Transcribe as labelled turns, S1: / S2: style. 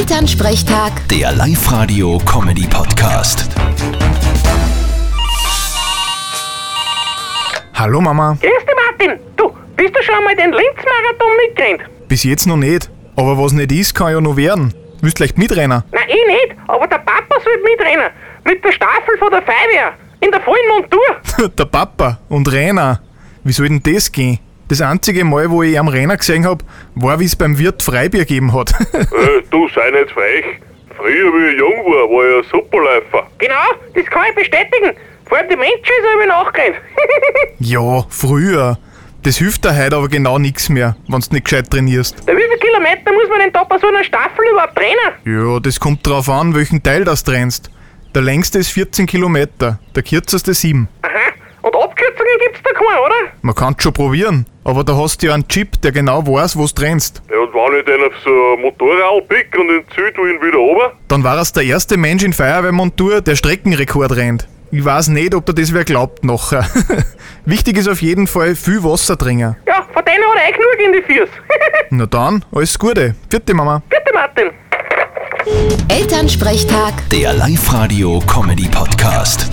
S1: Elternsprechtag,
S2: Der Live-Radio-Comedy-Podcast.
S3: Hallo Mama,
S4: Grüß dich, Martin. Du, bist du schon einmal den Linz-Marathon mitgerannt?
S3: bis jetzt noch nicht. Aber was nicht ist, kann ja noch werden. Willst vielleicht mitrennen?
S4: Nein, ich nicht, aber der Papa soll mitrennen. Mit der Staffel von der Feuerwehr. In der vollen Montur.
S3: der Papa und Renner. Wie soll denn das gehen? Das einzige Mal, wo ich am Renner gesehen hab, war, wie es beim Wirt Freibier gegeben hat.
S5: Äh, du sei nicht frech. Früher, wie ich jung war, war ich ein Superläufer.
S4: Genau, das kann ich bestätigen. Vor allem die Menschen ist einmal nachgerannt.
S3: ja, früher. Das hilft dir heute aber genau nix mehr, wenn du nicht gescheit trainierst.
S4: Bei wie viele Kilometer muss man denn da bei so einer Staffel überhaupt rennen?
S3: Ja, das kommt drauf an, welchen Teil das trennst. Der längste ist 14 Kilometer, der kürzeste 7.
S4: Aha, und Abkürzungen gibt's da keine, oder?
S3: Man kann's schon probieren, aber da hast du ja einen Chip, der genau weiß, wo du trennst.
S5: Ja, und wenn ich den auf so ein Motorrad pick und den Züd ihn wieder runter,
S3: Dann war es der erste Mensch in Feuerwehrmontur, der Streckenrekord rennt. Ich weiß nicht, ob der das wer glaubt nachher. Wichtig ist auf jeden Fall viel Wasser trinken.
S4: Ja, von denen hat er eh genug in die Füße.
S3: Na dann, alles Gute. Vierte Mama.
S4: Bitte, Martin.
S1: Elternsprechtag.
S2: Der Live-Radio-Comedy-Podcast.